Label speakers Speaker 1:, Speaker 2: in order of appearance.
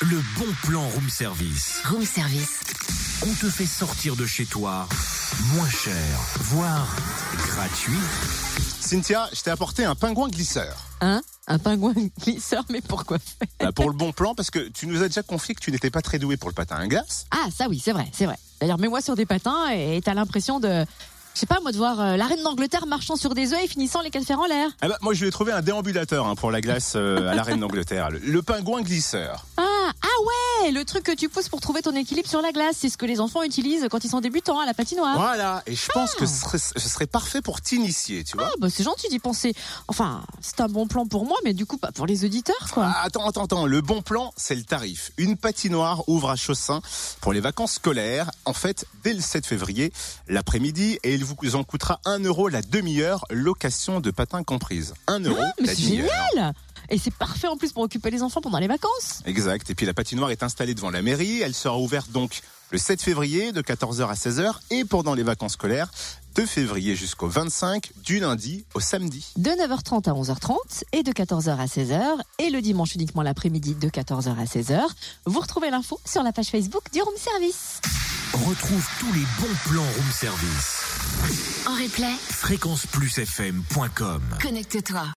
Speaker 1: Le bon plan room service.
Speaker 2: Room service.
Speaker 1: On te fait sortir de chez toi moins cher, voire gratuit.
Speaker 3: Cynthia, je t'ai apporté un pingouin glisseur.
Speaker 2: Hein Un pingouin glisseur, mais pourquoi faire
Speaker 3: Bah, pour le bon plan, parce que tu nous as déjà confié que tu n'étais pas très doué pour le patin à glace.
Speaker 2: Ah, ça oui, c'est vrai, c'est vrai. D'ailleurs, mets-moi sur des patins et t'as l'impression de. Je sais pas, moi, de voir euh, la reine d'Angleterre marchant sur des œufs et finissant les quatre fers en l'air.
Speaker 3: Ah bah, moi, je lui ai trouvé un déambulateur hein, pour la glace euh, à la reine d'Angleterre. Le, le pingouin glisseur.
Speaker 2: Ah, ah ouais Le truc que tu pousses pour trouver ton équilibre sur la glace, c'est ce que les enfants utilisent quand ils sont débutants à la patinoire.
Speaker 3: Ah. Voilà. Et je pense que ce serait, ce serait parfait pour t'initier, tu vois.
Speaker 2: Ah, bah, c'est gentil d'y penser. Enfin, c'est un bon plan pour moi, mais du coup, pas pour les auditeurs, quoi.
Speaker 3: Ah, Attends, attends, attends. Le bon plan, c'est le tarif. Une patinoire ouvre à Chaussin pour les vacances scolaires. En fait, dès le 7 février, l'après-midi, et il vous en coûtera 1 euro la demi-heure, location de patins comprise. 1 euro
Speaker 2: Ah, mais
Speaker 3: la
Speaker 2: c'est
Speaker 3: demi-heure.
Speaker 2: génial Et c'est parfait en plus pour occuper les enfants pendant les vacances.
Speaker 3: Exact. Et puis la patinoire est installée devant la mairie. Elle sera ouverte donc le 7 février de 14h à 16h et pendant les vacances scolaires de février jusqu'au 25 du lundi au samedi.
Speaker 2: De 9h30 à 11h30 et de 14h à 16h et le dimanche uniquement l'après-midi de 14h à 16h. Vous retrouvez l'info sur la page Facebook du Room Service.
Speaker 1: Retrouve tous les bons plans room service.
Speaker 4: En replay,
Speaker 1: Fréquenceplusfm.com
Speaker 4: connecte-toi.